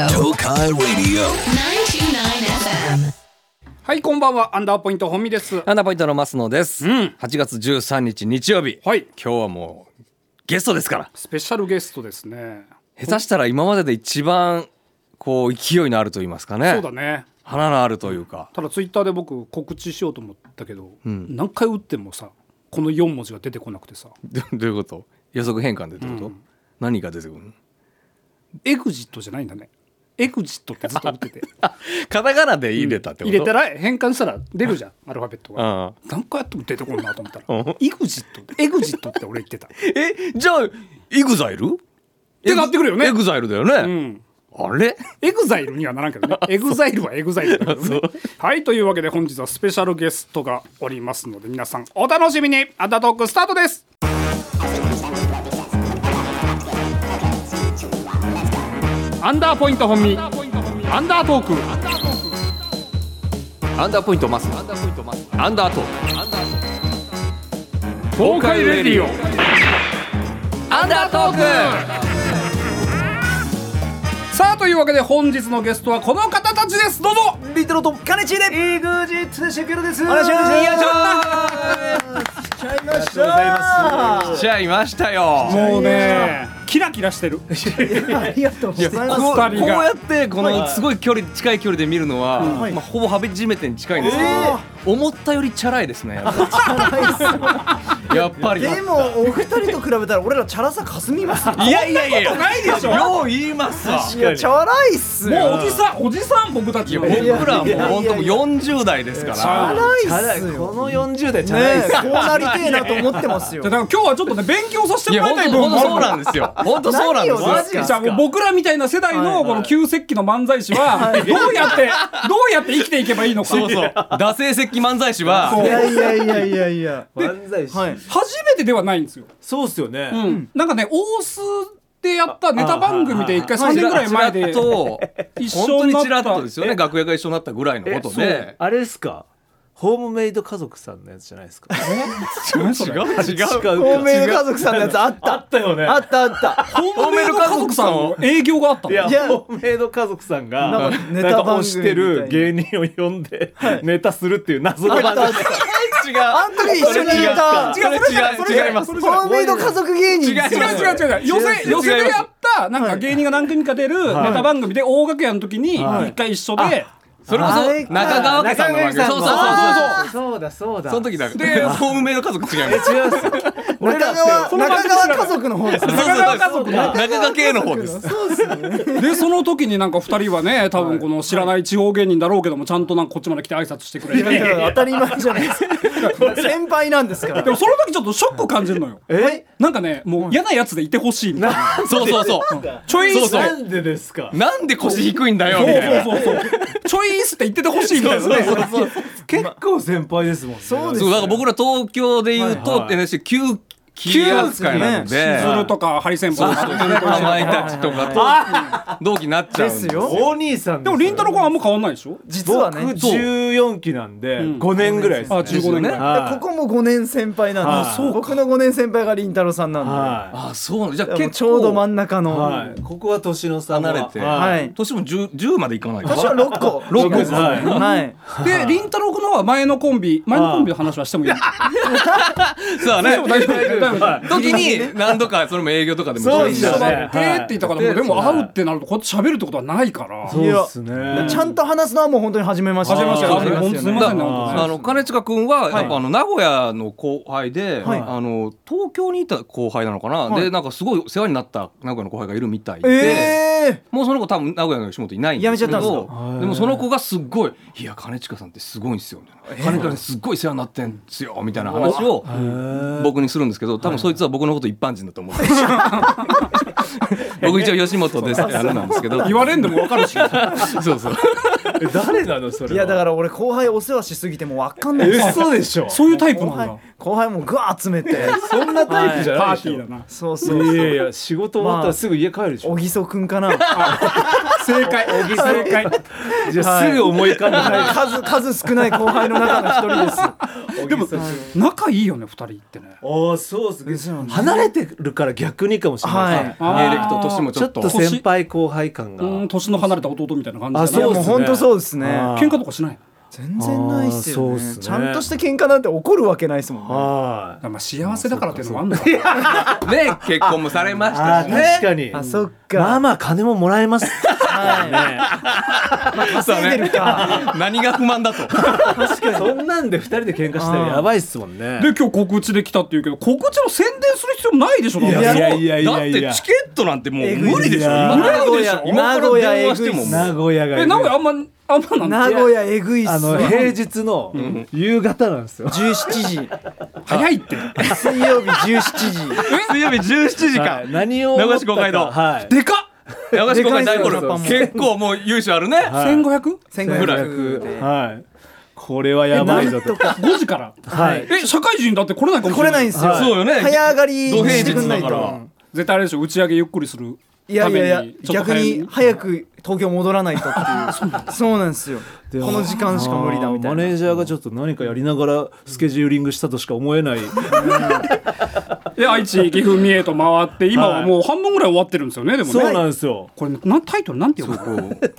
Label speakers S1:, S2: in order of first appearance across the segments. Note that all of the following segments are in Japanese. S1: Sky Radio.
S2: 929 FM.
S3: はい、こんばんは。アンダーポイント本見です。
S4: アンダーポイントの増野です。
S3: うん
S4: 8月13日日曜日。
S3: はい
S4: 今日はもうゲストですから。
S3: スペシャルゲストですね。
S4: 下手したら今までで一番こう勢いのあると言いますかね。
S3: そうだね。
S4: 花のあるというか。
S3: ただツイッターで僕告知しようと思ったけど、何回打ってもさ、この4文字が出てこなくてさ、
S4: どどういうこと？予測変換でってこと？
S3: うん
S4: 何が出てくるの？
S3: エグジットじゃないんだね。エグジットってずっと打ってて。
S4: カタカナで入れたってこと？
S3: 入れたら変換したら出るじゃ ん、アルファベットが。
S4: うん。
S3: 何回やっても出てこんなと思った
S4: う
S3: ら
S4: ん、
S3: エグジット、エグジットって俺言ってた。
S4: えじゃあイグザイル？
S3: てなってくるよね
S4: エグザイルだよね。
S3: うん。
S4: あれ？
S3: エグザイルにはならんけどね。エグザイルはエグザイルだけどね。はい、というわけで本日はスペシャルゲストがおりますので、皆さんお楽しみにアンダートークスタートですアンダーポイント本身アンダートーク
S4: アンダーポイント増野。アンダーポイント増野。アンダートーク。
S3: 東海レディオ
S4: アンダートーク。
S3: さあというわけで本日のゲストはこの方たちですどうぞ
S4: リトロとカネチーで。
S5: エグジットでシェケロです。お
S4: お願いし
S5: ましま
S4: ます。来ちゃいましたよ。
S3: もうねキラキラしてる
S5: す。ありがとうございま
S4: こうこ
S3: 二
S4: う
S3: 人が
S4: やってこのすごい距離近い距離で見るのは、
S5: はい
S4: まあ、ほぼはべじめてに近いんですけど、思ったよりチャラいですねやっぱりやっぱり
S5: す。でもお二人と比べたら俺らチャラさかすみますよ。
S4: いやいやいやいや
S3: ないでしょ
S4: よう言いますわ
S5: いやチャラいっすよ。
S3: もうおじさんおじさん僕たち
S4: いや
S3: は
S4: 僕らはもう
S5: いやいやいや
S4: 本当もう40代ですか
S3: チャラ
S4: ら
S3: い
S5: チャラいっすよ。この40代チャラいっす。こうなりてえなと思ってますよ
S3: だ。から今日はちょっとね勉強させ
S4: い
S3: て
S4: や
S3: もらいたい
S4: 本当
S3: 部分
S4: 本
S3: も
S4: 当
S3: ある
S4: そうなんですよ本当そうなんです
S5: 何を
S4: よ
S5: で
S3: マジじゃあもう僕らみたいな世代
S5: はいは
S3: の
S5: い
S3: この旧石器の漫才師はどうやってどうやって生きていけばいいのか
S4: そうそう惰性石器漫才師は
S3: そう
S5: いやいやいやいやいや。漫才師。はい。
S3: 初めてではないんですよ、
S6: そうっすよね。
S3: うん、なんかね大須でやったネタ番組で一回3
S4: ち
S3: 年
S4: ら
S3: ぐらい前で
S4: ちらっと
S3: 一緒
S4: 本当
S3: に
S4: に
S3: なっ
S4: ちらっと
S3: た
S4: ですよね楽屋が一緒になったぐらいのことで
S6: あれですか。ホームメイド家族さんのやつじゃないですか。
S3: 何それ
S4: 違う違う
S5: 透明家族さんのやつあった。あったよね。あったあった。
S3: 透明の家族さんの営業があったの
S6: いや、
S5: いや
S6: ホームメイド家族さん
S5: な
S6: が
S5: んか、ネ
S6: ネ
S5: タ
S6: タ
S5: 番組
S6: をしてる
S5: みた
S6: 芸人を呼んで、ネタするっていう謎の
S5: あったあっ
S6: 話。
S5: た。
S4: 違う
S5: あの時一緒にいた。
S4: 違う違う違います
S5: 透明の家族芸人です
S3: 違う
S5: よ。
S3: 違う違う寄せ寄せでやったなんか芸人が何組か出るネタ番組で大楽屋の時に一回一緒で、
S4: それこ
S5: あれ
S4: そ
S5: か
S4: 中川家さんの番組そうそうそうそう
S5: うそうだそうだ
S4: その時だでホームメイド家族違います
S6: 違うんですよ。
S5: 中川
S3: その番
S5: 中
S3: 組
S5: 川家族の方ですね
S4: そうそう
S3: 中川家族だ
S4: 中川家の方です
S5: そうですよね
S3: でその時になんか2人はね多分この知らない地方芸人だろうけどもちゃんとなんかこっちまで来て挨拶してくれ
S5: いやい
S3: て
S5: や当たり前じゃないですか先輩なんですから
S3: でもその時ちょっとショック感じるのよ
S5: え
S3: なんかねもう嫌なやつでいてほしいみたいな
S4: そうそうそう
S3: ちょい
S4: そう
S3: ース
S4: そ
S6: なんでですか
S4: う。なんで腰低いんだよみたいな
S3: そうそうそうそうちょいースって言っててほしいみたいなね
S6: 結構先輩ですもんね。
S5: そうです
S4: そうだから
S5: よ
S4: 僕ら東京で言う
S6: はい
S4: と
S6: はい
S4: NSC 9級扱いなので
S3: ズルとかハリセンボンとかね
S4: かまいたちとかと同期になっちゃ
S5: で
S4: うん
S5: す
S4: で
S5: よ
S6: お兄さん
S3: でもりんたろーはあんま変わんないで しょ
S5: 実は
S6: 僕
S5: ね
S6: 14期なんで、5年ぐらいです
S3: あ
S6: ね。
S3: 15年ぐらい
S6: は
S5: ここも5年先輩なんで
S6: あ
S5: す
S6: そう
S5: 僕の5年先輩が凛太郎さん
S6: い
S5: なん
S6: は
S4: あそうなのじゃあ
S5: で
S4: 結
S5: も
S4: 構
S5: うちょうど真ん中
S6: い。は
S5: の
S6: い。ここは年の差
S4: 離
S6: は
S4: れて
S6: は。
S5: はいい
S4: 年も 10, 10までいかないか
S5: 私は6個
S4: 六個
S6: ですはい
S5: はい
S3: でりんたろーくんの方は前のコンビ前のコンビの話はしてもいい
S4: そうだ
S3: 大
S4: ね
S3: 丈夫大丈夫
S6: はい
S4: 時に何度かそれも営業とかでも
S6: そうです
S3: 一
S6: よ
S3: 緒だ
S6: ね
S3: ってって言ったからもうでも会うってなるとこうやって喋るってことはないから
S6: そうですね。
S5: ちゃんと話すのはもう本当に始めました
S3: 始めましたよ
S5: 始めま
S3: 本当
S5: よ
S3: すいませんね本当ね
S4: あの兼近君はやっぱあの名古屋の後輩で、
S5: はい
S4: あの東京にいた後輩なのかな、
S5: はい
S4: でなんかすごい世話になった名古屋の後輩がいるみたいで、
S5: え
S4: もうその子多分名古屋の吉本いないんですけど
S5: やめちゃったん
S6: すか
S4: でもその子がすっごい「いや兼近さんってすごいんですよ」みたいな「兼近さんすっごい世話になってんすよ」みたいな話を僕にするんですけど多分そいつは僕のこと一般人だと思ってる 僕一応吉本ですってあれなんですけど
S3: 言われんでも分かるし
S4: そうそう
S6: え誰なのそれ
S5: えいやだから俺後輩お世話しすぎてもう分かんないんですよ
S6: 嘘でしょ
S3: そういうタイプ
S5: 後
S3: なんだ
S5: 輩後輩もぐわー集めて
S6: そんなタイプじゃ
S3: パ
S6: な
S3: ー
S6: いで
S3: テ
S6: し
S3: ィー
S6: ょ
S3: だな
S5: そうそう
S6: いやいや仕事終わったらすぐ家帰るでしょ
S5: 小木曽くんかな
S3: 正解正解
S6: じゃあすぐ思い浮かんでない
S5: 数数少ない後輩の中の一人です
S3: でも仲いいよね二人ってね
S6: おーそうですね離れてるから逆にかもしれないですね、
S3: はい
S4: 芸歴と年もち
S6: ち
S4: ょ
S6: ょ
S4: っ
S6: っ
S4: と
S6: と先輩後輩感が、
S3: うん年の離れた弟みたいな感じだね
S6: あそうっす
S5: もう本
S6: ね
S5: 当そうですね
S6: あ
S3: 喧嘩とかしない
S5: 全然ないっすよ
S6: あーそうっ
S5: ね
S6: すね
S5: ちゃんとした喧嘩なんて起こるわけないっすもんね
S6: はい
S3: まあ幸せだからっていうのもあんのかな
S4: ね結婚もされまし
S6: あ
S4: たし
S6: ー
S4: ね
S6: 確かに
S5: あそっか
S6: まあまあ金ももらえます
S5: 稼いでるか
S4: 何が不満だと
S6: 確かにそんなんで二人で喧嘩したらやばいっすもんね
S3: で今日告知できたっていうけど告知の宣伝する必要ないでしょい
S6: いやいやいやい
S4: だっ
S6: やい
S4: て
S6: や
S4: チケットなんてもう無理でしょ
S6: え
S4: 今
S6: ぐいな
S4: からでしょ今から電話しても
S6: 名古屋がえぐ
S3: え
S6: い
S3: 名古屋あんまあんまなん
S5: 名
S3: て
S5: 古屋えぐいっす
S6: あの
S5: わ
S6: 平日の夕方なんですよ、
S5: 17時
S3: 早いって
S5: 水曜日17時
S4: 水曜日17時
S6: はい何を
S4: 名
S6: 思
S4: 古屋市公
S6: ったか
S4: 会堂
S6: はい
S3: でかっ
S4: 名古屋市公会大ホール
S5: でかいですよ
S4: 結構もう由緒あるね
S6: はい
S3: 1500?
S4: ぐらい
S5: 1500で
S6: はいこれはやばいぞと
S3: 5時から
S6: はい
S3: え社会人だって来れないかもし
S5: 来
S3: れ
S5: れ
S3: な
S5: ない
S3: い
S5: んですよ
S6: はい
S4: そうよね
S5: 早上がり
S4: 土
S5: して
S4: 平
S5: くん
S4: 日
S5: な
S4: だ
S5: い
S4: か
S5: と
S4: ら
S3: 絶対あれでしょ打ち上げゆっくりする
S5: いや
S3: た
S5: いや
S3: め
S5: い
S3: に
S5: や
S3: ちょっと
S5: 逆
S3: 早め
S5: に早く東京戻らないとっていうそうなんですよこ
S6: で
S5: の時間しか無理だみた
S6: あ
S5: い
S6: ーマネ
S5: な
S6: ージャーがちょっと何かやりながらスケジューリングしたとしか 思えない
S3: で愛知岐阜三重と回って今はもう半分ぐらい終わってるんですよねでもね
S6: そうなんですよ
S3: これなタイトルなんていうの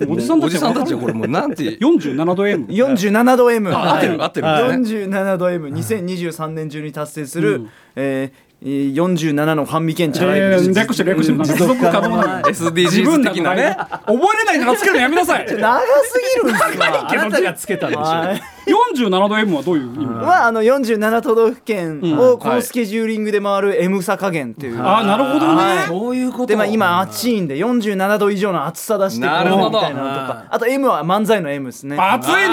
S3: おじさんたち
S4: おじさんたちはこれもうなんて
S3: 47度 M
S5: 47度 M
S4: あ合ってる合ってる
S5: はい
S4: ね
S5: 47度 M2023 年中に達成す
S3: う
S5: る
S3: ん
S5: えー47の半未見チャラ
S3: え
S5: イブ
S3: ー略して略してなんか持続可能なの
S4: SDGs 的なね
S3: 覚えれないならつけるのやめなさい
S5: 長すぎるんですよ
S6: あなたがつけたんでしょ
S5: はい
S3: 47度 M はどういう意味
S5: はあの47都道府県をこのスケジューリングで回る M 差加減っていう、
S3: ああなるほどね
S4: そういうこと
S5: でまあ今暑いんで47度以上の暑さ出してこ
S4: な
S5: う
S4: るほど
S5: みたいなのとかあと M は漫才の M ですね
S3: 熱いね
S5: はい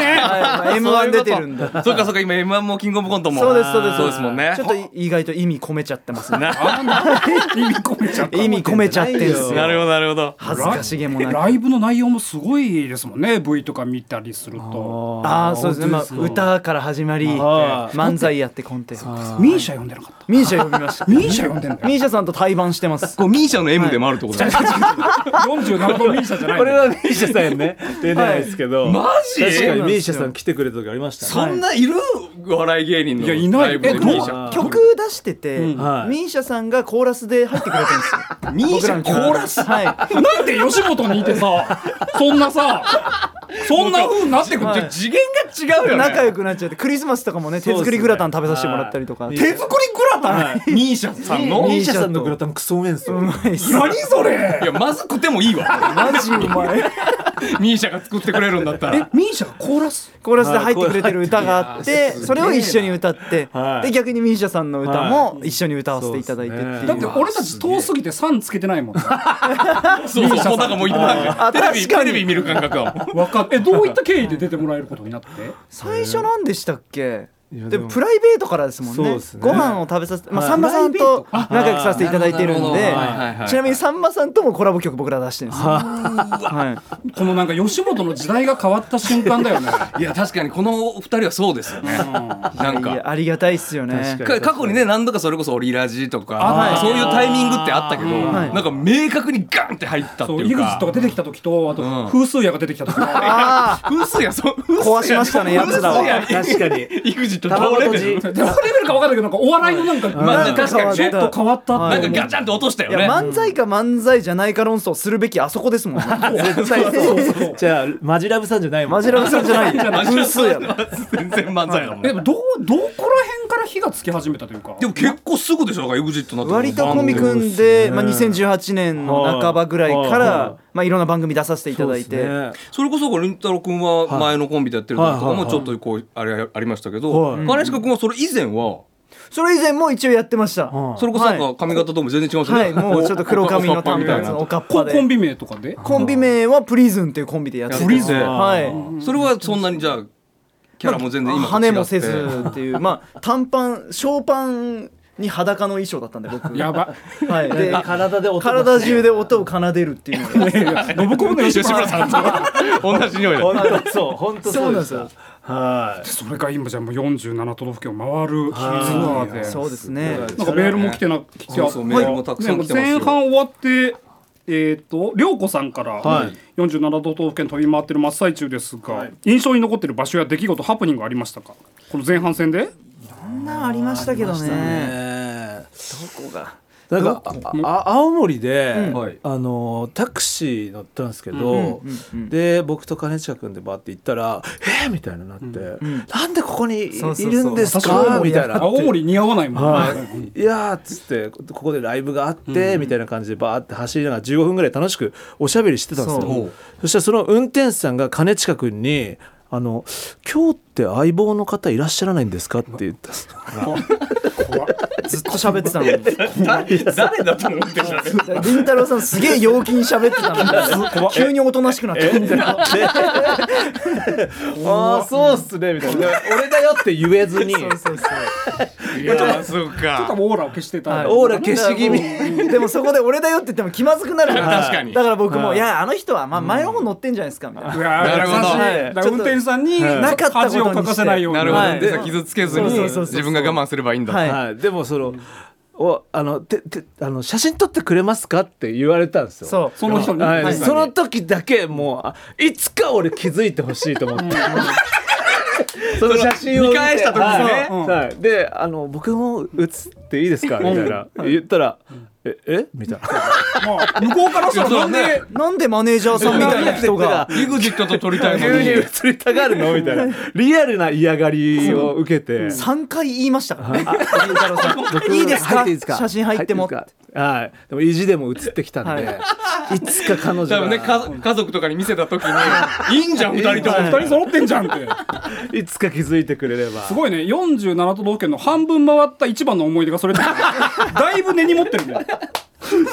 S5: まあ M1 出てるん
S4: そ
S5: で
S4: ういうことそうかそうか今 M1 もキングオブコントも
S5: そうですそうです
S4: そうですもんね
S5: ちょっとい意外と意味込めちゃっ てますね
S3: 意味込めちゃった
S5: 意味込めちゃってんす
S4: な
S5: よ
S4: るほどなるほど
S5: 恥ずかしげもなく
S3: ライブの内容もすごいですもんね V とか見たりすると
S5: ああそうですね、まあ、
S3: 本当ですよ
S5: 歌から始まり
S6: は
S5: 漫才やってコンテ
S3: ミーシャ呼んでなかった
S5: ミーシャ呼びまし た
S3: ミーシャ呼んでんだよ
S5: ミーシャさんと対バンしてます
S4: こうミーシャの M でもあるってことだね
S3: 47度ミーシャじゃない
S6: これ はミーシャさんね出ないですけど、
S4: マジ
S6: 確かに
S5: そうなんですよ
S6: ミーシャさん来てくれた時ありましたね
S4: そんないるお笑い芸人の
S3: いやいない
S4: ライブで
S3: え
S4: ミーシャ
S6: あー
S5: 曲出してて、
S6: はい
S5: ミーシャさんがコーラスで入ってくれてるんですよ。
S4: ミーシャ
S5: 僕らの曲
S4: コーラス
S5: は
S3: なんで吉本にいてさそんなさそんな風になってくるって
S4: 次元が違う
S5: い。
S4: よね
S5: 仲良くなっちゃって、クリスマスとかもね、手作りグラタン食べさせてもらったりとか。
S6: はい
S3: 手作りグラタンミーシャさんの
S6: ミーシャさんのグラタンクソうめえんすよ、
S5: う まいっす。
S3: 何それ
S4: いやまずくてもいいわ
S5: マジうまい。
S4: ミーシャが作ってくれるんだったら
S3: ミーシャがコーラス
S5: コーラスで入ってくれてる歌があって、それを一緒に歌って、
S6: はい
S5: で、逆にミーシャさんの歌も一緒に歌わせていただいてっていう。
S3: だって俺たち遠すぎて3つけてないもん
S4: そうそうもうなんかもう今
S5: あ
S4: テレビ
S5: 確
S4: テ
S5: かに
S4: レビ見る感覚だもん
S3: 分かってどういった経緯で出てもらえることになって
S5: 最初なんでしたっけ
S6: いや
S5: で
S6: でも
S5: もプライベートからですもん
S6: そう
S5: ね
S6: ですね
S5: ご飯を食べさせて、まあ、
S6: はい
S5: さんまさんと仲良くさせていただいてる
S4: あなる
S5: んで
S4: ほどはいはいはい
S5: ちなみにさんまさんともコラボ曲僕ら出してるんですよ、はい、
S3: このなんか吉本の時代が変わった瞬間だよね
S4: いや確かにこのお二人はそうですよねなん
S5: い
S4: か
S5: やありがたいっすよね
S6: 確か
S4: か過去にね何度かそれこそオリラジとか
S3: あ
S4: なん
S3: はい
S4: かそういうタイミングってあったけど
S5: はい
S4: なんか明確にガンって入ったって
S3: そう
S4: い
S3: 井
S4: う
S3: 口
S4: か
S3: とか出てきた時とあ
S4: うん
S3: と風水屋が出てきた時は
S5: あ
S4: 嘘やそう嘘や
S5: あ壊しましたねやつら
S4: 嘘や
S5: は
S6: 確かに
S4: イグジットどうレベル
S3: どこレベルか分かんないけどなんかお笑いのなんか
S4: まあ
S3: なんか
S4: 確かに
S3: ちょ
S4: ね
S3: っと変わったっ
S4: な
S3: て
S4: ん
S3: 思
S4: か
S3: う
S4: ガチャンと落としたよ
S5: いや
S4: ね
S5: 漫才か漫才じゃないか論争するべきあそこですもんね絶対
S3: そうそうそう
S6: じゃあマジラブさんじゃないもん
S5: マジラブさんじゃない
S4: マジ
S5: 偶数やろ
S4: 全然漫才だもん
S3: でもどうどこら辺から火がつき始めたというか
S4: でも結構すぐでしょ EXIT なって
S5: 割とコンビ
S4: ん
S5: 組んで、まあ、2018年の半ばぐらいか
S6: はいはい
S5: ら、まあ、いろんな番組出させていただいて、
S6: そうですね
S4: それこそ凛太郎君は前のコンビでやってる時とか
S6: はいはい
S4: も
S6: はい
S4: ちょっとこうあれありましたけど
S6: はい
S4: 金近君はそれ以前は
S5: それ以前も一応やってました、
S6: はい
S4: それこそなんか髪型とも全然違うしね
S5: はい、もうちょっと黒髪の短髪のお
S4: な
S5: かっ
S3: こ
S5: ぱ
S3: コン
S5: で。
S3: ビ名とか で
S5: コンビ名はプリズンっていうコンビでやってて
S4: プリズン
S5: はい。
S4: それはそんなにじゃあキャラも全然今と違って
S5: 跳ねもせずっていう、まあ、短パン、ショーパンに裸の衣装だったんで、僕。
S3: やば
S5: はい。で、
S6: 体で音が
S5: 体中で音を奏でるっていう。
S3: いやいやノブコブの吉
S4: 吉
S3: 村
S4: 村
S3: さん
S4: さんと同じ匂いだ
S6: 本当そう本当そうでし
S5: そうなん
S6: た
S5: です
S6: は
S3: それが今じゃもう47都道府県を回るツアーで
S5: そうですね。
S3: なんかメールも来てな、来て
S4: そうそうメールもたくさん来てますよ
S3: ね前半終わってえっ、と涼子さんから、
S6: はい
S3: 47都道府県飛び回ってる真っ最中ですが、
S5: はい
S3: 印象に残ってる場所や出来事ハプニングありましたかこの前半戦で
S5: そんなありましたけどね
S6: ね
S5: どこが
S6: なんかああ青森で、
S4: はい
S6: あのータクシー乗ったんですけど、
S5: うんうんうん
S6: で僕と兼近君でバーって行ったら「えーみたいになって、
S5: ん
S6: なんでここにい
S5: そうそうそう
S6: るんです
S3: 確か
S6: か?」
S3: に
S6: みたいな。
S3: 青森似合わないもん、ね
S6: はい、いやーっつってここでライブがあって、みたいな感じでバーって走りながら15分ぐらい楽しくおしゃべりしてたんですよ
S4: そ
S6: そうしたらその運転手さんが兼近君に「あの今日って相棒の方いらっしゃらないんですか?」って言ったんです
S3: 怖っ
S5: ずっと喋ってたのに
S4: 誰誰だと思って しまう
S5: 文太郎さんすげえ陽気に喋ってたのに急におとなしくなって
S6: ああそうっすねみたいな「 俺だよ」って言えずに
S5: そうそうそう
S4: いやそ
S3: ちょ
S4: う
S3: っと
S4: か
S3: オーラを消してた、
S5: はい
S6: オーラ消し気味
S5: でもそこで俺だよって言っても気まずくなるから
S4: 確かに
S5: だから僕も
S6: はい
S5: いやあの人はまあ前の方乗ってんじゃないですかみたいな
S3: うわ
S4: なるほど
S3: 優しいだから運転手さんに
S5: なかったことに
S3: 恥
S5: して
S3: をかかせないように
S4: なるほど、
S5: はい
S4: で傷つけずに
S5: そうそうそうそう
S4: 自分が我慢すればいいんだ、
S5: はい
S6: はい、でもその「おあのててあの写真撮ってくれますか?」って言われたんですよ。
S5: そう
S3: その人に、
S6: はい
S3: はい
S6: その時だけもうあいつか俺気づいてほしいと思って。その写真を見
S4: 見返した時にね
S6: はい
S3: うん
S6: はいであの僕も写っていいですかみたいな言ったら「ええみたいな
S3: まあ向こうからしたら
S4: いや
S3: な
S4: そ
S3: ん
S4: う
S3: で、
S4: だね
S5: なんでマネージャーさんみたいな人が
S4: イグジットと撮りたいの
S6: 急に
S4: に
S6: 写りたがるのみたいなリアルな嫌がりを受けて
S5: 3回言いましたからね文太郎さん いいです
S6: 入
S5: か
S6: っていいですか
S5: 写真入っても
S6: 入ですかはいでも意地でも写ってきたんで、い、つか彼女
S4: 多
S6: が、
S4: 分ね家家族とかに見せた時にいいんじゃん二人とも
S5: はい
S3: 2人揃ってんじゃんって
S6: いつか気づいてくれれば
S3: すごいね47都道府県の半分回った一番の思い出がそれだからだいぶ根に持ってるね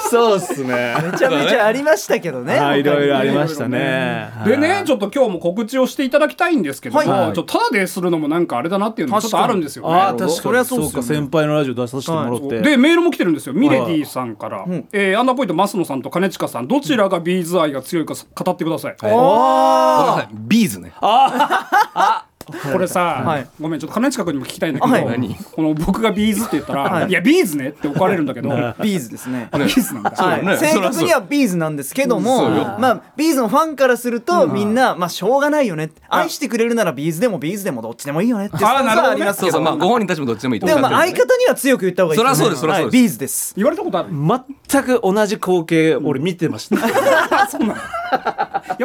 S6: そうっすね
S5: めちゃめちゃありましたけどね
S6: はいいろいろあり
S5: す
S6: ましたね
S3: でねちょっと今日も告知をしていただきたいんですけども、
S5: はいはい
S3: ちょっとただでするのもなんかあれだなっていうのもちょっとあるんですよね
S6: ああ確かに
S5: そりゃそうっすよね
S6: 先輩のラジオ出させてもらって、
S3: でメールも来てるんですよミレディさんから、
S5: ん
S3: えーアンダーポイント増野さんと兼近さんどちらがビーズ愛が強いか語ってください、
S5: あ
S4: ビーズね
S3: これさ、
S5: はい
S3: ごめんちょっと兼近君にも聞きたいんだけど、
S5: はい
S4: 何
S3: この僕がビーズって言ったら、
S5: はい
S3: い、やビーズねって怒られるんだけど、
S5: ービーズですね
S3: ビーズなんだ、
S5: はい
S4: ね
S5: 正確にはビーズなんですけども、
S4: そうよ
S5: まあ、ビーズのファンからすると、みんな、まあ、しょうがないよねって愛してくれるならビーズでもビーズでもどっちでもいいよねっていうスタンスはあります
S4: そ
S5: け
S4: うそ
S5: ど
S4: うまあご本人たちもどっちでもいいと
S5: でもまあ
S4: わかっ
S5: 相
S4: てる
S5: 方には強く言った方がいい
S4: そり
S5: ね
S4: ゃそうですそりゃそうです
S5: はいビーズです
S3: 言われたことある
S6: 全く同じ光景俺見てました、
S3: や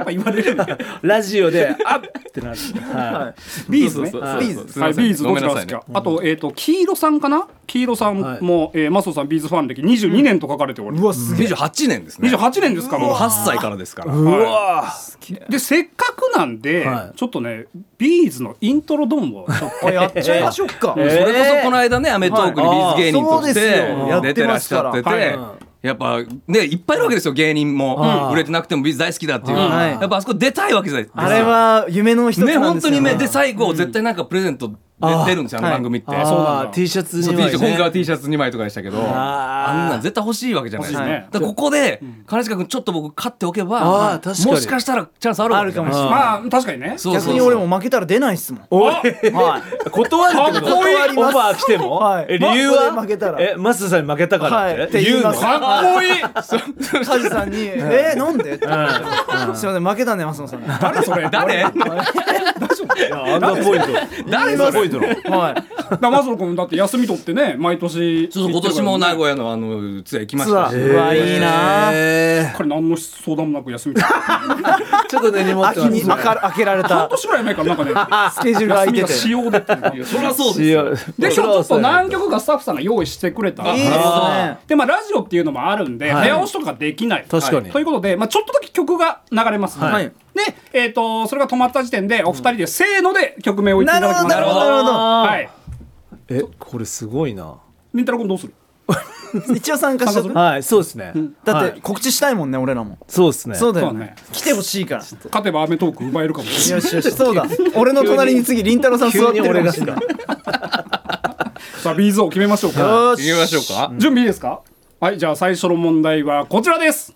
S3: っぱ言われるんだ
S6: ラジオで「あっ!」ってなる、は
S3: ビーズね
S4: そう
S5: そうそう
S3: ビー
S4: す
S3: ズ
S4: いま
S3: は
S4: せ
S3: い
S4: ん
S3: ビーズど
S4: ごめ
S3: ち
S4: ん
S3: ら
S4: な
S3: が
S4: さ
S3: 好
S4: い
S3: き
S4: ね
S3: かあとえっと黄色さんかな黄色さんもえーマスオさんビーズファン歴22年と書かれており
S5: うわすげえ
S4: 28年ですね
S3: 28年ですか
S4: も
S3: も
S4: う
S3: う
S4: 8歳からですから
S6: い、う
S3: はい
S6: わー
S3: でせっかくなんで
S6: はい
S3: ちょっとねビーズのイントロドンをちょっと
S5: やっちゃいましょうか、
S6: えー
S4: それこそこの間ね『アメトーク』にビーズ芸人とし
S5: はいあー
S4: て
S5: そうですよ
S4: 出てらっしゃって
S3: やって
S4: て
S3: ま
S4: やっぱねいっぱいいるわけですよ芸人
S6: は
S4: も
S6: い
S4: 売れてなくてもビーズ大好きだっていう
S5: はい
S4: やっぱあそこ出たいわけじゃないですか
S5: あれは夢の一つなんです
S4: ね
S5: よ
S4: 本当にねで最後絶対なんかプレゼントで
S6: あー
S4: 出るんですよあの番組って
S6: あー
S4: そう
S6: T シャツに
S4: そう
S6: は
S4: T シャツ
S6: ね
S4: 今回は T シャツ2枚とかでしたけど
S6: あー
S4: あんなん絶対欲しいわけじゃないですか,、
S5: 欲しい
S3: ね
S4: だからここで兼近君ちょっと僕勝っておけ
S6: あー
S4: ばも
S6: 確かに
S4: しかしたらチャンスある
S5: あるかもしれない
S3: まあ確かにね
S4: そうそう
S5: 逆に俺も負けたら出ないっすもん
S6: おい
S5: はい
S6: 断るってこと
S5: かっこいい
S6: オファー来ても、
S5: はい
S6: え理由は、
S5: ま負けたら
S6: えマスさんに負けたから
S5: は
S6: って、
S5: いって
S6: 言
S5: 言
S6: う
S5: い
S6: の
S5: ま
S6: う
S5: す
S6: ん
S3: かっこいい
S5: カジさんに「えー、なんで?」って言ってすいません負けたね松本さんに
S3: 誰それ
S4: 誰
S6: アンダーポイントアンダーポイントの
S5: はい
S3: だマスロ君だって休み取ってね毎年
S4: そうそう今年も名
S3: い
S4: 古屋のあのツアー行きましたし、
S5: うわいいなあ
S3: 彼何の相談もなく休み取って
S6: ちょっとね荷物
S5: 秋に開か開けられ
S3: 半
S5: た
S3: 年ぐらい前からなんかね
S5: スケジュールが空
S3: 休み
S5: いて
S3: が
S5: て
S3: 仕様でっていうのが
S4: いやそりゃそうですよ
S3: で今日ちょっと何曲かスタッフさんが用意してくれた
S5: いいですね
S3: でまあラジオっていうのもあるんで、
S6: はい
S3: 早押しとかができない
S6: 確かに
S3: はいということで、まあ、ちょっとだけ曲が流れます、
S5: はい
S3: で、えー、とそれが止まった時点でお二人で、せーので曲名を言っていただきます
S5: なるほどなるほど
S3: はい
S6: えこれすごいな
S3: りんたろう君どうする
S5: 一応参加しちゃった
S6: はいそうですね
S5: だっ
S6: は
S5: て
S6: い
S5: 告知したいもんね俺らも
S6: そうですね
S5: そうだよ
S3: そうだ
S5: ね
S3: ね
S5: 来てほしいから
S3: 勝てばアメトーク奪えるかもしれ
S5: よ
S3: ない
S5: しよしそうだ俺の隣に次りんたろーさん座ってるかもしれない
S3: さあビーズを決めましょうか
S5: よ
S4: 行きましょうか、
S3: 準備いいですかはいじゃあ最初の問題はこちらです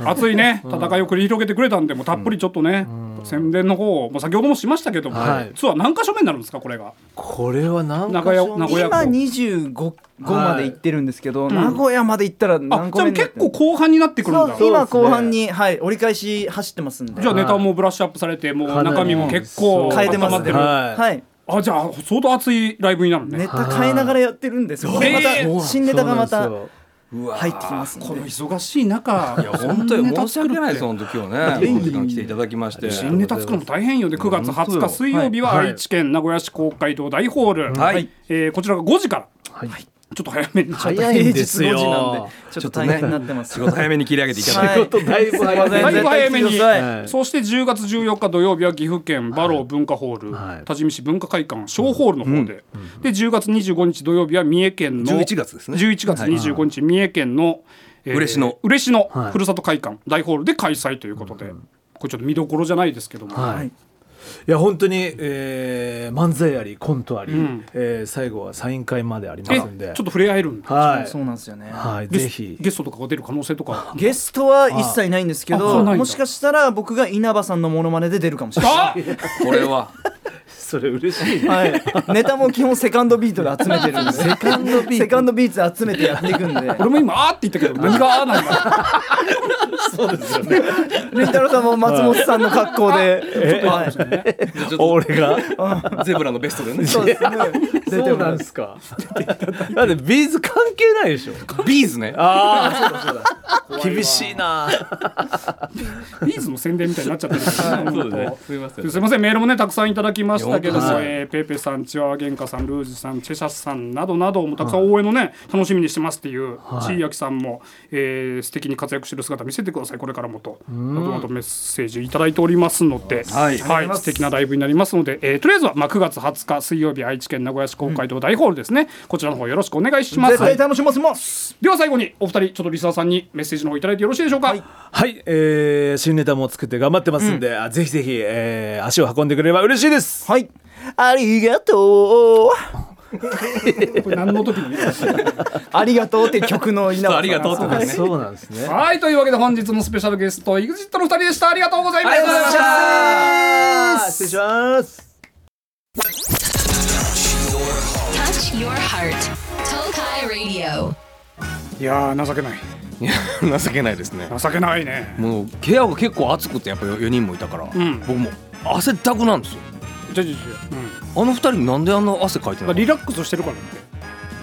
S3: 熱いね戦いを繰り広げてくれたんでもうたっぷりちょっとね、宣伝の方をもう先ほどもしましたけども、
S6: はい
S3: ツアー何箇所目になるんですかこれが
S6: これは何
S3: 中屋名古屋
S5: 今25五まで行ってるんですけど、名古屋まで行ったら
S3: あ
S5: 何
S3: じ
S5: 個
S3: ゃあ
S5: 目になっ
S3: 結
S5: てんの
S3: 構後半になってくるんだ
S5: そう今後半に、はい、折り返し走ってますんで
S3: じゃあネタもブラッシュアップされてもう
S6: かなり
S3: 中身も結構
S5: 変えてま
S3: 固
S5: す
S3: って
S5: ね
S3: る
S6: はい
S5: はい、
S3: あじゃあ相当熱いライブになるね
S5: ネタ変えながらやってるんですよ、
S3: はい
S5: ま
S3: え
S5: た新ネタがまた
S6: そうなんですよ
S5: 入ってきますんで
S3: この忙しい中
S4: いや本当に申し訳ないです
S3: そん
S4: 本当今日ねこの時間来ていただきまして
S3: ネタ作るって新ネタ作るの大変よで9月20日水曜日は
S6: はい
S3: 愛知県名古屋市公会堂大ホール、
S4: はい
S3: えーこちらが5時から、
S6: はい
S3: ちょっと早めに
S6: 早いんですよ
S5: 平日5時なんでちょっと大変になってます
S4: 仕事早めに切り上げていただいて
S5: は
S6: 仕事だいぶ早い
S5: はい
S3: だいぶ早めに
S5: 絶対来てください
S6: はい
S3: そして10月14日土曜日は岐阜県バロー文化ホール、
S6: はい
S3: 多治見市文化会館小ホールの方で、で10月25日土曜日は三重県の
S4: 11月ですね
S3: 11月25日、三重県の、え
S4: 嬉野
S3: 嬉野
S6: はい
S3: ふるさと会館大ホールで開催ということで、これちょっと見どころじゃないですけども、
S6: はい
S5: い
S6: いや本当に、えー、漫才ありコントあり、
S3: ん
S6: えー最後はサイン会までありま
S3: えち
S6: す
S3: ょ
S6: んで
S3: っと触れ合えるんだ
S6: はい
S5: そうなんですよね
S6: はい
S3: ゲス
S6: ぜひ
S3: ゲストとかが出る可能性と か
S5: ゲストは一切ないんですけ
S3: あそうな
S5: ど
S3: いんだ
S5: もしかしたら僕が稲葉さんのモノマネで出るかもしれない
S3: あ
S4: これは
S6: それ嬉しいね
S5: はい、 ネタも基本セカンドビートで集めてるんでセカンドビートセカンドビーツ集めてやっていく んで
S3: 俺も今あーって言ったけど何があーなんだ
S5: りんたろーさんも松本さんの格好ではい
S4: じゃあちょっ
S6: 俺が
S4: とゼブラのベストでね
S5: そうですね出て
S6: そう
S5: も
S6: な
S5: ら
S6: ん
S5: う
S6: ですかだってビーズ関係ないでしょ
S4: ビーズね
S6: ああ 厳しいな
S3: ビーズの宣伝みたいになっちゃってるけどね
S4: そうですねすみません
S3: すみませんメールもねたくさんいただきましたけども、
S4: はい
S3: えーペーペーさんチワワゲンカさんルージュさんチェシャスさんなどなどもたくさん応援のね、楽しみにしてますっていう、ちいやきさんも、えー、素敵に活躍してる姿見せてくださいこれからもとなどなどメッセージいただいておりますので、
S4: はい
S3: はい、素敵なライブになりますので、えーとりあえずは、まあ、9月20日水曜日愛知県名古屋市公会堂大ホールですね、こちらの方よろしくお願いします、
S5: 絶対楽しませます
S3: では最後にお二人ちょっとリスナーさんにメッセージの方いただいてよろしいでしょうか、
S6: はい、えー、新ネタも作って頑張ってますんで、あぜひぜひ、えー、足を運んでくれれば嬉しいです
S5: はいありがとう
S3: これ何の時に
S5: ありがとうって曲の稲葉さん
S4: ありがとうってことね
S6: そうなんですね
S3: はいというわけで本日のスペシャルゲスト EXIT の二人でしたありがとうございま
S4: ありがとうございま
S3: し
S4: した
S6: 失礼します。
S2: Touch your heart. Tokai Radio.
S3: いやー情けない
S4: いや情けないですね
S3: 情けないね
S4: もう部屋が結構暑くてやっぱ4人もいたから、
S3: ん
S4: 僕もう汗だくなんですよ
S3: じゃじゃじ
S4: あの二人なんであんな汗かいて
S3: ゃ
S4: ない
S3: リラックスしてるからって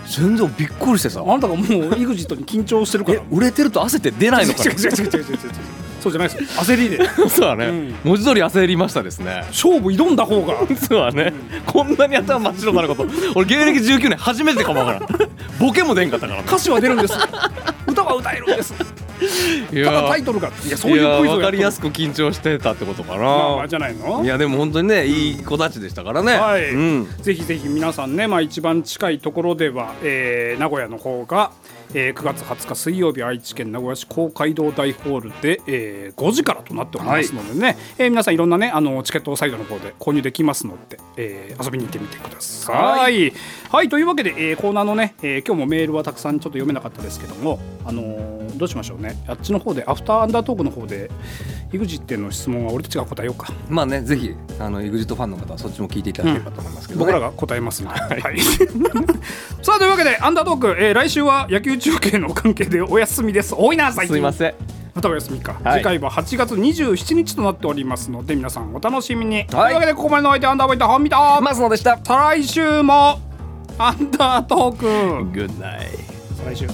S4: 全然びっくりしてさ
S3: あなたがもう EXIT に緊張してるから
S4: え売れてると汗って出ないのか
S3: 違う
S4: な
S3: 違う違う違う違う違うそうじゃないですよ焦りで
S4: そうだね、文字通り焦りましたですね
S3: 勝負挑んだ方が
S4: そうだね、こんなに頭真っ白になること俺芸歴19年初めてかもわからんボケも出んかったから
S3: 歌詞は出るんです 歌は歌えるんです
S4: い
S3: ただタイトルがいやそういうクイズを
S4: 分
S3: や
S4: か
S3: って
S4: り
S3: る
S4: やすく緊張してたってことかな、
S3: まあまあじゃないの
S4: いやでも本当にねいい子たちでしたからね、
S3: はい、
S4: うん、
S3: ぜひぜひ皆さんね、まあ、一番近いところでは、えー名古屋の方が、えー9月20日水曜日愛知県名古屋市公会堂大ホールで、えー5時からとなっておりますのでね、えー皆さんいろんなねあのチケットサイトの方で購入できますので、えー遊びに行ってみてください。はい、というわけで、えーコーナーのね、えー今日もメールはたくさんちょっと読めなかったですけども、あのーどうしましょうねあっちの方でアフターアンダートークの方で EXIT の質問は俺たちが答えようか。
S4: まあねぜひあの EXIT ファンの方はそっちも聞いていただければと思いますけど、ね
S3: 僕らが答えますので、はい、 さあというわけでアンダートーク、えー来週は野球中継の関係でお休みです多いな最近
S4: すいません
S3: またお休みか、
S4: はい
S3: 次回は8月27日となっておりますので皆さんお楽しみに、とい
S4: はいう
S3: わけでここまでのお相手アンダーボイター本見た
S4: マスノでした
S3: 再来週もアンダートーク
S4: Good night
S3: 再来週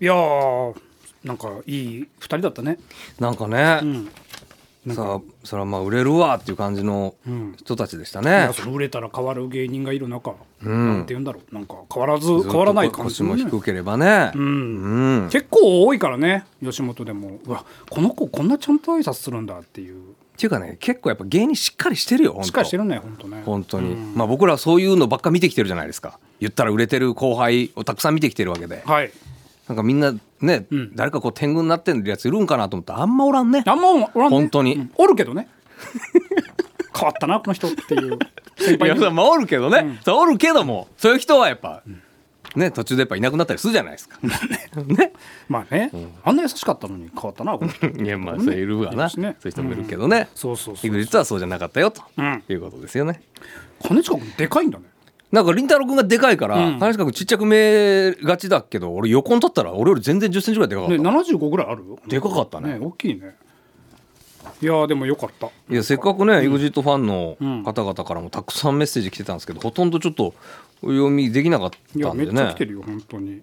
S3: いやーなんかいい2人だったね
S4: なんかね、
S3: ん
S4: さあそれはまあ売れるわっていう感じの
S3: ん
S4: 人たちでした
S3: い
S4: ね
S3: や、その売れたら変わる芸人がいる中、
S4: ん
S3: なんて言うんだろうなんか変わらず変わらない感
S4: ず
S3: じ
S4: っと
S3: の
S4: 腰
S3: ね、
S4: も低ければね、
S3: う
S4: うんん
S3: 結構多いからね吉本でもうわこの子こんなちゃんと挨拶するんだっていう
S4: っていうかね結構やっぱ芸人しっかりしてるよ本当
S3: しっかりしてるね本当ね
S4: 本当に、まあ僕らはそういうのばっか見てきてるじゃないですか言ったら売れてる後輩をたくさん見てきてるわけで
S3: はい
S4: なんかみんなね、
S3: ん
S4: 誰かこう天狗になってるやついるんかなと思ったらあんまおらんね
S3: あんまおらんね
S4: 本当に
S3: うんおるけどね 変わったなこの人っていう先
S4: い
S3: 輩
S4: や
S3: に
S4: まあおるけどね、そうおるけどもそういう人はやっぱね、途中でやっぱいなくなったりするじゃないですか。
S3: まあね、あんな優しかったのに変わったなこの人
S4: いやまあそういるわな、
S3: います
S4: そうい
S3: ね
S4: う人もいるけどね、
S3: そうそうそう
S4: イグリッツはそうじゃなかったよと、
S3: うん
S4: いうことですよね
S3: 金近君でかいんだね
S4: なんかりんたろー君がでかいから、
S3: うん
S4: 金近君ちっちゃく見えがちだけど俺横に立ったら俺より全然1 0ンチぐらいでかかった
S3: ね
S4: もん、
S3: 75ぐらいある
S4: でかかったね
S3: ね大きいねいやーでもよかった
S4: いやせっかくね EXIT ファンの
S3: うん
S4: 方々からもたくさんメッセージ来てたんですけどほとんどちょっとお読みできなかっ
S3: い
S4: た
S3: や
S4: ん
S3: め
S4: で
S3: っ
S4: ね
S3: ちゃ来てるよ本当に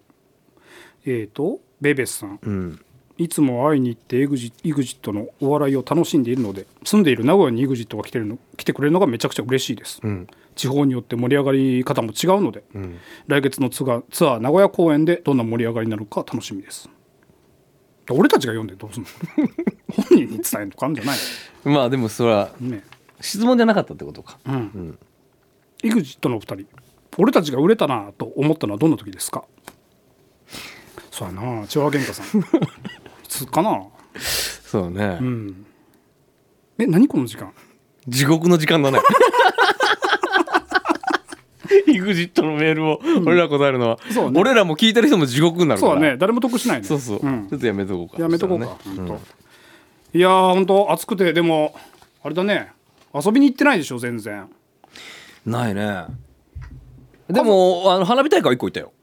S3: えーとベベスさん
S4: うん、
S3: いつも会いに行ってエグジイグジットのお笑いを楽しんでいるので住んでいる名古屋にエグジットが来てるの来てくれるのがめちゃくちゃ嬉しいです、
S4: ん
S3: 地方によって盛り上がり方も違うので、来月のツアーツアー名古屋公演でどんな盛り上がりになるか楽しみです俺たちが読んでどうすんの 本人に伝えるとかあるんじゃない
S4: まあでもそれは
S3: のね
S4: 質問じゃなかったってことか
S3: うん、エグジットのお二人俺たちが売れたなと思ったのはどんな時ですかそうやな千葉玄太さ んいつかな
S4: そうね、
S3: うんえ何この時間
S4: 地獄の時間 だね EXIT のメールを俺ら答えるのは、
S3: そうね
S4: 俺らも聞いてる人も地獄になる
S3: そ
S4: から
S3: うだね誰も得しないね
S4: そうそう、
S3: ん
S4: ちょっとやめとこうか
S3: やめとこうか、
S4: そした
S3: 本
S4: らね
S3: 当いやー本当暑くてでもあれだね遊びに行ってないでしょ全然
S4: うんないねでもあの花火大会は1個いたよ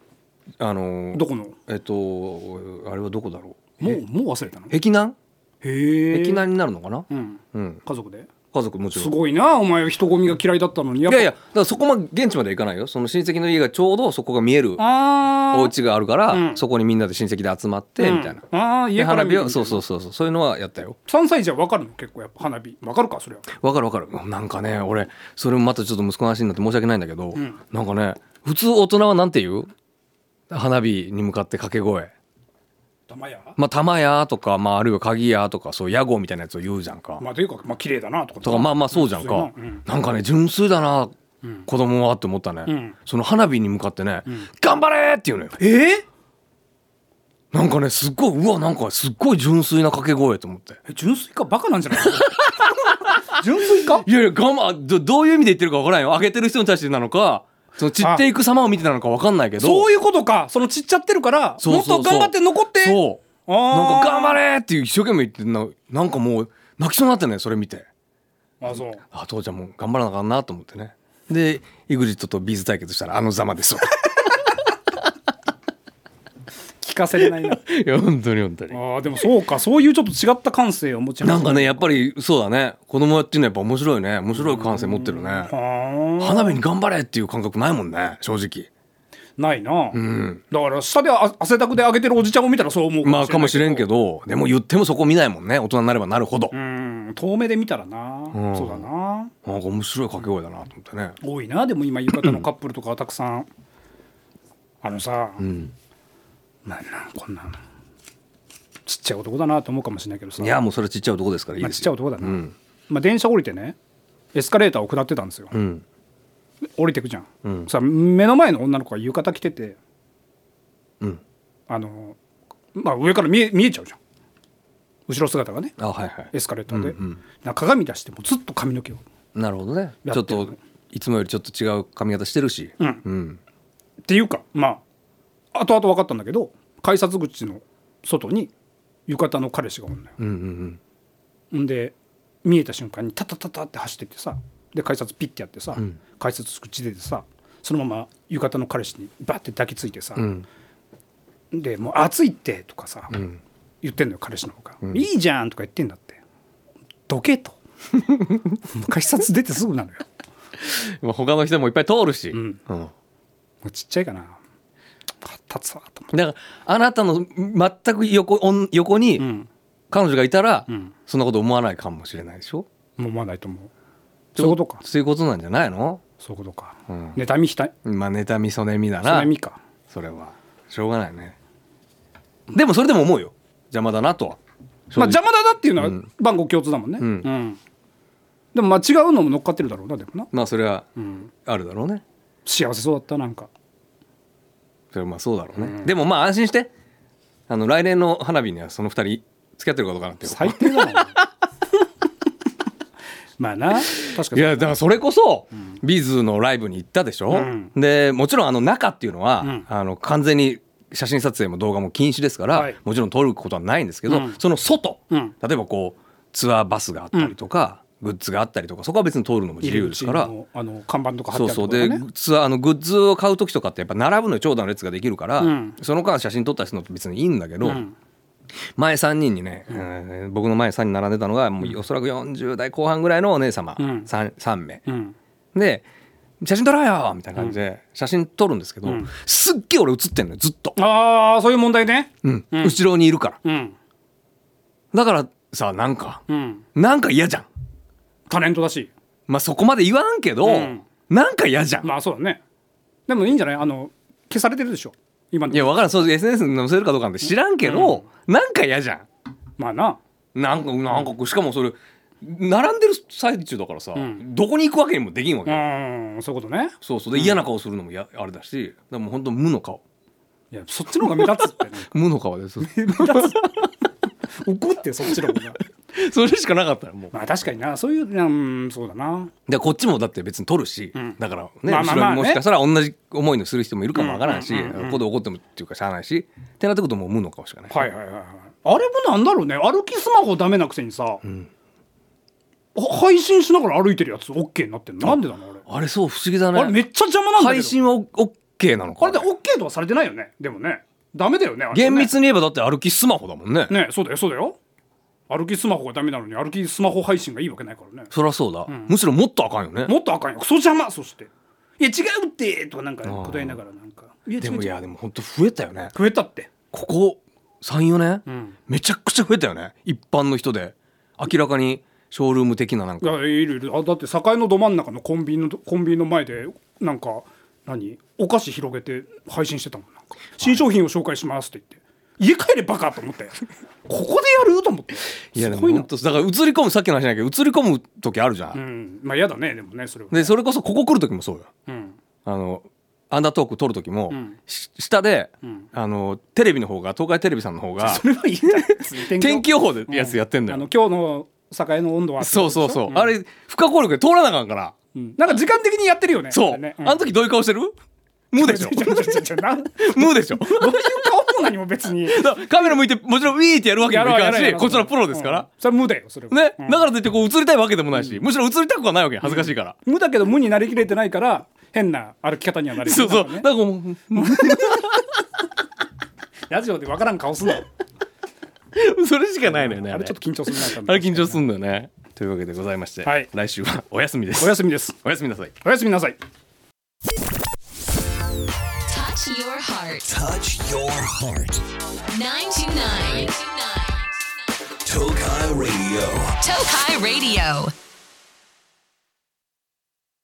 S4: あの
S3: どこの
S4: えっとあれはどこだろう
S3: もうもう忘れたの
S4: 壁南
S3: へえ
S4: 壁南になるのかな、
S3: うん
S4: うん、
S3: 家族で
S4: 家族もちろ
S3: す
S4: ん
S3: ごいなお前人混みが嫌いだったのにやっぱ
S4: いやいやだからそこまで現地までは行かないよその親戚の家がちょうどそこが見える
S3: あー
S4: お家があるから、
S3: うん
S4: そこにみんなで親戚で集まって、みたいな
S3: うんああ
S4: で
S3: 家から
S4: 花
S3: 見
S4: 火
S3: る
S4: をそうそうそうそうそういうのはやったよ
S3: 3歳じゃ分かるの結構やっぱ花火分かるかそれは
S4: わかるわかるなんかね俺それもまたちょっと息子の話になって申し訳ないんだけど、
S3: ん
S4: なんかね普通大人はなんて言う花火に向かって掛け声
S3: 玉や
S4: まあ玉やとか、まあ、あるいは鍵やとかそう屋号みたいなやつを言うじゃんか、
S3: まあというかまあ綺麗だなとか
S4: とかまあまあそうじゃんか、
S3: そうやな
S4: なんかね純粋だな、
S3: ん
S4: 子供はって思ったね、
S3: うん
S4: その花火に向かってね「頑張れ!」って言うのよ
S3: えー
S4: なんかねすっごいうわなんかすっごい純粋な掛け声と思って
S3: え純粋かバカなんじゃない 純粋か
S4: いやいや我慢どどういう意味で言ってるかわからんよ上げてる人に対してなのかその散っていく様を見てなのかわかんないけど
S3: そういうことかそのちっちゃってるから
S4: そうそうそう
S3: もっと頑張って残って
S4: そ
S3: あ
S4: う
S3: ー
S4: なんか頑張れっていう一生懸命言ってんのなんかもう泣きそうになってねそれ見て
S3: あそう
S4: あ父ちゃんも頑張らなあかんなと思ってねで EXIT とビーズ対決したらあのざまですわ
S3: 聞かせれない な
S4: いや本当に本当に
S3: あーでもそうかそういうちょっと違った感性を持ち
S4: なんかねや
S3: っ
S4: っぱりそうだね子供っていうのはやっぱ面白いね面白い感性持ってるね花火に頑張れっていう感覚ないもんね正直
S3: ないな、
S4: うん
S3: だから下であ汗だくで上げてるおじちゃんを見たらそう思う
S4: まあかもしれんけ
S3: ど
S4: どでも言ってもそこ見ないもんね大人になればなるほど
S3: うん遠目で見たらな、
S4: ん
S3: そうだな
S4: なんか面白い掛け声だなと思ってね
S3: 多いなでも今浴衣のカップルとかはたくさんあのさ、なんなんこんなんちっちゃい男だなと思うかもしれないけどさ
S4: いやもうそれちっちゃい男ですからいい
S3: まあ、
S4: で
S3: ちっ
S4: す
S3: ちゃい
S4: よ
S3: 男だな、
S4: うん
S3: まあ、電車降りてねエスカレーターを下ってたんですよ、
S4: うん
S3: 降りてくじゃん、
S4: うん
S3: さ目の前の女の子が浴衣着てて
S4: うん
S3: あの、まあ、上から見え見えちゃうじゃん後ろ姿がね
S4: あはいはい
S3: エスカレーターで、
S4: うん
S3: な鏡出してもうずっと髪の毛を
S4: なるほどね
S3: やっ
S4: ち
S3: て
S4: ょ
S3: る
S4: っといつもよりちょっと違う髪型してるし
S3: うん
S4: うん
S3: っていうかまあ後々分かったんだけど改札口の外に浴衣の彼氏がおんのよ
S4: うんうん
S3: んで見えた瞬間にタタタタって走ってってさで改札ピッてやってさ、
S4: ん
S3: 改札口出てさそのまま浴衣の彼氏にバッて抱きついてさ、
S4: うんうん
S3: でもう暑いってとかさ、
S4: ん
S3: 言ってんのよ彼氏の方が、いいじゃんとか言ってんだってどけ ともう改札出てすぐなのよ
S4: まあ他の人もいっぱい通るし
S3: ん
S4: うん
S3: もうちっちゃいかな立つわと思って
S4: だからあなたの全く横おん横
S3: う
S4: に
S3: ん
S4: 彼女がいたら
S3: ん
S4: そんなこと思わないかもしれないでしょ
S3: もう思わないと思うそういうことか
S4: そういうことなんじゃないの
S3: そういうことか、
S4: ん
S3: 妬みひた
S4: まあ妬みそねみだな
S3: 妬みか
S4: それはしょうがないねでもそれでも思うよ邪魔だなとは
S3: まあ邪魔だなっていうのは
S4: うん
S3: 番号共通だもんね、
S4: うん
S3: でもまあ違うのも乗っかってるだろうなでもな、
S4: まあそれは
S3: うん、
S4: あるだろうね
S3: 幸せそうだったなんか
S4: それはまあそうだろうね、でもまあ安心してあの来年の 花火にはその二人付き合ってるかどうかなんてよ
S3: 最低だなお前ままあな確か
S4: い
S3: に
S4: やだからそれこそ、ビーズのライブに行ったでしょ、
S3: うん
S4: でもちろんあの中っていうのは、
S3: うん
S4: あの完全に写真撮影も動画も禁止ですから、
S3: はい
S4: もちろん撮ることはないんですけど、
S3: うん
S4: その外、
S3: うん
S4: 例えばこうツアーバスがあったりとか、グッズがあったりとかそこは別に撮るのも自由ですから。
S3: 入り口のあの看板とか貼
S4: そ
S3: っ
S4: う
S3: てある
S4: そ
S3: と
S4: う
S3: か
S4: で
S3: ね
S4: ツアーあのグッズを買う時とかってやっぱ並ぶのに長蛇の列ができるから、
S3: うん
S4: その間写真撮ったりするのと別にいいんだけど、
S3: うん
S4: 前3人にね、えー僕の前3人並んでたのがもうおそらく40代後半ぐらいのお姉様、
S3: うん
S4: 三 3, 名、
S3: うん
S4: で「写真撮ろうよ!」みたいな感じで写真撮るんですけど、
S3: うん
S4: すっげえ俺写ってんのよずっと、
S3: ああそういう問題ね
S4: うん
S3: うん
S4: 後ろにいるから
S3: うん
S4: だからさなんか
S3: うん
S4: なんか嫌じゃん
S3: タレントだし
S4: まあそこまで言わんけど、
S3: うん
S4: なんか嫌じゃん、
S3: まあそうだねでもいいんじゃないあの消されてるでしょ今の
S4: いやわからんそう SNS に載せるかどうかなんて知らんけど、なんか嫌じゃ
S3: まあなん
S4: なんかなんかしかもそれ並んでる最中だからさ、
S3: ん
S4: どこに行くわけにもできんわ
S3: う
S4: けよ、
S3: ーんそういうことね
S4: そうそうで嫌な顔するのもやあれだしだからもう本当無 の顔
S3: いやそっちの方が目立つってね
S4: 無の顔です
S3: 怒ってそっちの方が
S4: それしかなかったよもう
S3: まあ確かになそういううんそうだな
S4: でこっちもだって別に撮るし、
S3: ん
S4: だからね,、
S3: まあまあまあね
S4: 後ろにもしかしたら同じ思いのする人もいるかもわからんし、
S3: うんうんうんうん
S4: ここで怒ってもっていうかしゃあないしってなってくるともう無の顔しかない、
S3: はいはいはいはいあれもなんだろうね歩きスマホダメなくせにさ、は配信しながら歩いてるやつ OK になってんのなんでだろう
S4: あれそう不思議だ
S3: あれあれめ
S4: ね
S3: っちゃ邪魔なんだけど
S4: 配信はオッケーなの
S3: あ
S4: か
S3: れで OK とはされてないよねでもねダメだよねあれね
S4: 厳密に言えばだって歩きスマホだもんね
S3: ねそうだよそうだよ歩きスマホがダメなのに歩きスマホ配信がいいわけないからね
S4: そりゃそうだ、むしろもっとあかんよね
S3: もっとあかんよクソ邪魔そして「いや違うって!」とかなんか答えながらなんか「いや
S4: で
S3: 違
S4: も
S3: う
S4: い
S3: 違う
S4: やでも本当増えたよね
S3: 増えたって
S4: ここ34年、
S3: ん
S4: めちゃくちゃ増えたよね一般の人で明らかにショールーム的ななん
S3: い
S4: か
S3: やいるいるあだって境のど真ん中のコンビニのコンビニの前でなんか何お菓子広げて配信してたもんなんか新商品を紹介しますって言って家帰れバカと思ってここでやると思って
S4: いや
S3: す
S4: でも
S3: ごいな
S4: 本当だから映り込むさっきの話じゃないけど映り込む時あるじゃん
S3: う、んまあ嫌だねでもねそれは、
S4: でそれこそここ来る時もそうよ
S3: うん、
S4: あのアンダートーク撮る時も、
S3: ん
S4: し下で、
S3: ん
S4: あのテレビの方が東海テレビさんの方が
S3: それは言いたいですね
S4: 天気予報でやつやってんだ
S3: あ
S4: よ、
S3: の今日の境の温度は
S4: そうそうそう、あれ不可抗力で通らなあかんから、
S3: うんなんか時間的にやってるよね
S4: そう、
S3: あれねん
S4: あの時どういう顔してる無でしょ
S3: ちょちょちょちょなんどういう
S4: 無で しょ
S3: 顔も何も別に
S4: だからカメラ向いてもちろんウィーってやるわけにもいかんしこっちのプロですか
S3: うん
S4: ら、
S3: それ無だよそれは
S4: ね、
S3: うん
S4: だからといってこう映りたいわけでもないし、むしろ映りたくはないわけ恥ずかし いから、
S3: 無だけど無になりきれてないから変な歩き方にはなるよね
S4: そうそう
S3: なんかね
S4: だからもう
S3: ラジオで分からん顔すな。
S4: それしかないのよね。
S3: あれちょっと緊張するな多分
S4: あれ緊張すんだよね。というわけでございまして、
S3: はい
S4: 来週はお休みです。
S3: おやすみです。
S4: おやすみなさい。
S3: おやすみなさい。
S2: Touch your heart.
S1: Touch your heart.
S2: 929
S1: Tokai Radio.
S2: Tokai Radio.